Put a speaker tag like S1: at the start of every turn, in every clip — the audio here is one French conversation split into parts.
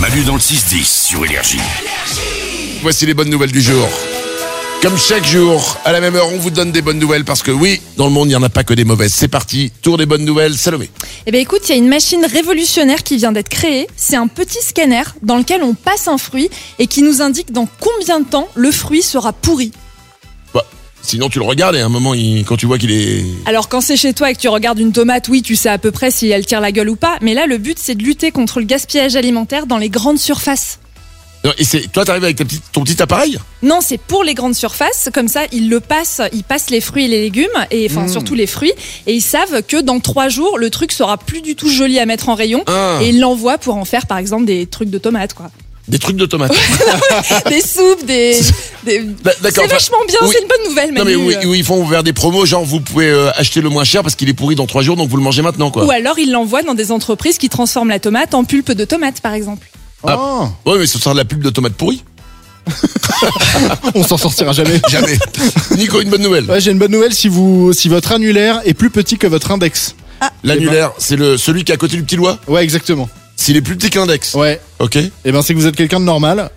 S1: Manu dans le 6-10 sur Énergie.
S2: Voici les bonnes nouvelles du jour. Comme chaque jour, à la même heure, on vous donne des bonnes nouvelles parce que oui, dans le monde, il n'y en a pas que des mauvaises. C'est parti, tour des bonnes nouvelles, Salomé.
S3: Eh bien écoute, il y a une machine révolutionnaire qui vient d'être créée. C'est un petit scanner dans lequel on passe un fruit et qui nous indique dans combien de temps le fruit sera pourri.
S2: Bah, sinon, tu le regardes et à un moment, il- quand tu vois qu'il est...
S3: Alors quand c'est chez toi et que tu regardes une tomate, oui, tu sais à peu près si elle tire la gueule ou pas. Mais là, le but, c'est de lutter contre le gaspillage alimentaire dans les grandes surfaces.
S2: Non, Et c'est... Toi, t'arrives avec ta petite- ton petit appareil
S3: Non, c'est pour les grandes surfaces. Comme ça, ils le passent, ils passent les fruits et les légumes, et enfin surtout les fruits, et ils savent que dans trois jours, le truc sera plus du tout joli à mettre en rayon.
S2: Ah.
S3: Et ils l'envoient pour en faire, par exemple, des trucs de tomates, quoi.
S2: Des trucs de tomates.
S3: des soupes, des. des-
S2: Bah, D'accord,
S3: C'est
S2: enfin,
S3: vachement bien,
S2: oui.
S3: c'est une bonne nouvelle,
S2: Non
S3: Manu.
S2: mais oui, oui, ils font vers des promos, genre vous pouvez euh, acheter le moins cher parce qu'il est pourri dans trois jours, donc vous le mangez maintenant quoi.
S3: Ou alors ils l'envoient dans des entreprises qui transforment la tomate en pulpe de tomate, par exemple.
S2: Ah. Ouais, mais ce sera de la pub de tomates pourries.
S4: On s'en sortira jamais.
S2: Jamais. Nico, une bonne nouvelle.
S4: Oh. Ouais, j'ai une bonne nouvelle si vous si votre annulaire est plus petit que votre index.
S2: L'annulaire, c'est le celui qui est à côté du petit doigt.
S4: Ouais, exactement.
S2: S'il est plus petit que l'index.
S4: Ouais.
S2: Ok.
S4: Et ben c'est que vous êtes quelqu'un de normal.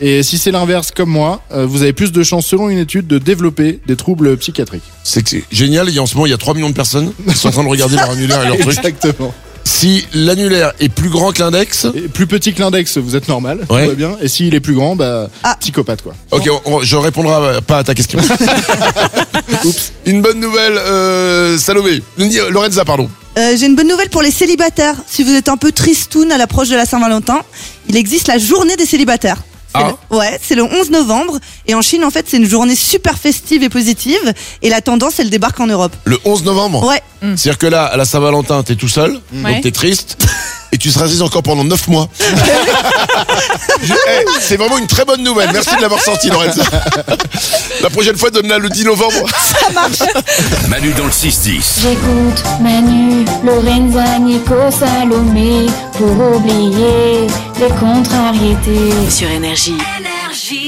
S4: Et si c'est l'inverse comme moi, euh, vous avez plus de chances selon une étude de développer des troubles psychiatriques.
S2: C'est que c'est génial. Et en ce moment, il y a 3 millions de personnes qui sont en train de regarder leur annulaire et leur truc.
S4: Exactement.
S2: Si l'annulaire est plus grand que l'index.
S4: Et plus petit que l'index, vous êtes normal,
S2: Ouais.
S4: tout va bien. Et s'il est plus grand, bah psychopathe quoi.
S2: Ok, on- on- je répondrai à- pas à ta question. Oups. Une bonne nouvelle, euh, Salomé. Ni- Lorenza, pardon.
S5: Euh, J'ai une bonne nouvelle pour les célibataires. Si vous êtes un peu tristoun à l'approche de la Saint-Valentin, il existe la journée des célibataires. C'est
S2: Ah.
S5: le- ouais, c'est le 11 novembre. Et en Chine, en fait, c'est une journée super festive et positive. Et la tendance, elle débarque en Europe.
S2: Le 11 novembre.
S5: Ouais,
S2: C'est-à-dire que là, à la Saint-Valentin, t'es tout seul,
S3: Ouais.
S2: donc t'es triste, et tu seras triste encore pendant 9 mois. Je- eh, c'est vraiment une très bonne nouvelle. Merci de l'avoir sorti, Lorenza. La prochaine fois, donne-la le 10 novembre.
S1: Manu dans le 6-10.
S6: J'écoute Manu, Lorenza, Nico, Salomé pour oublier les contrariétés.
S7: sur énergie.
S8: énergie.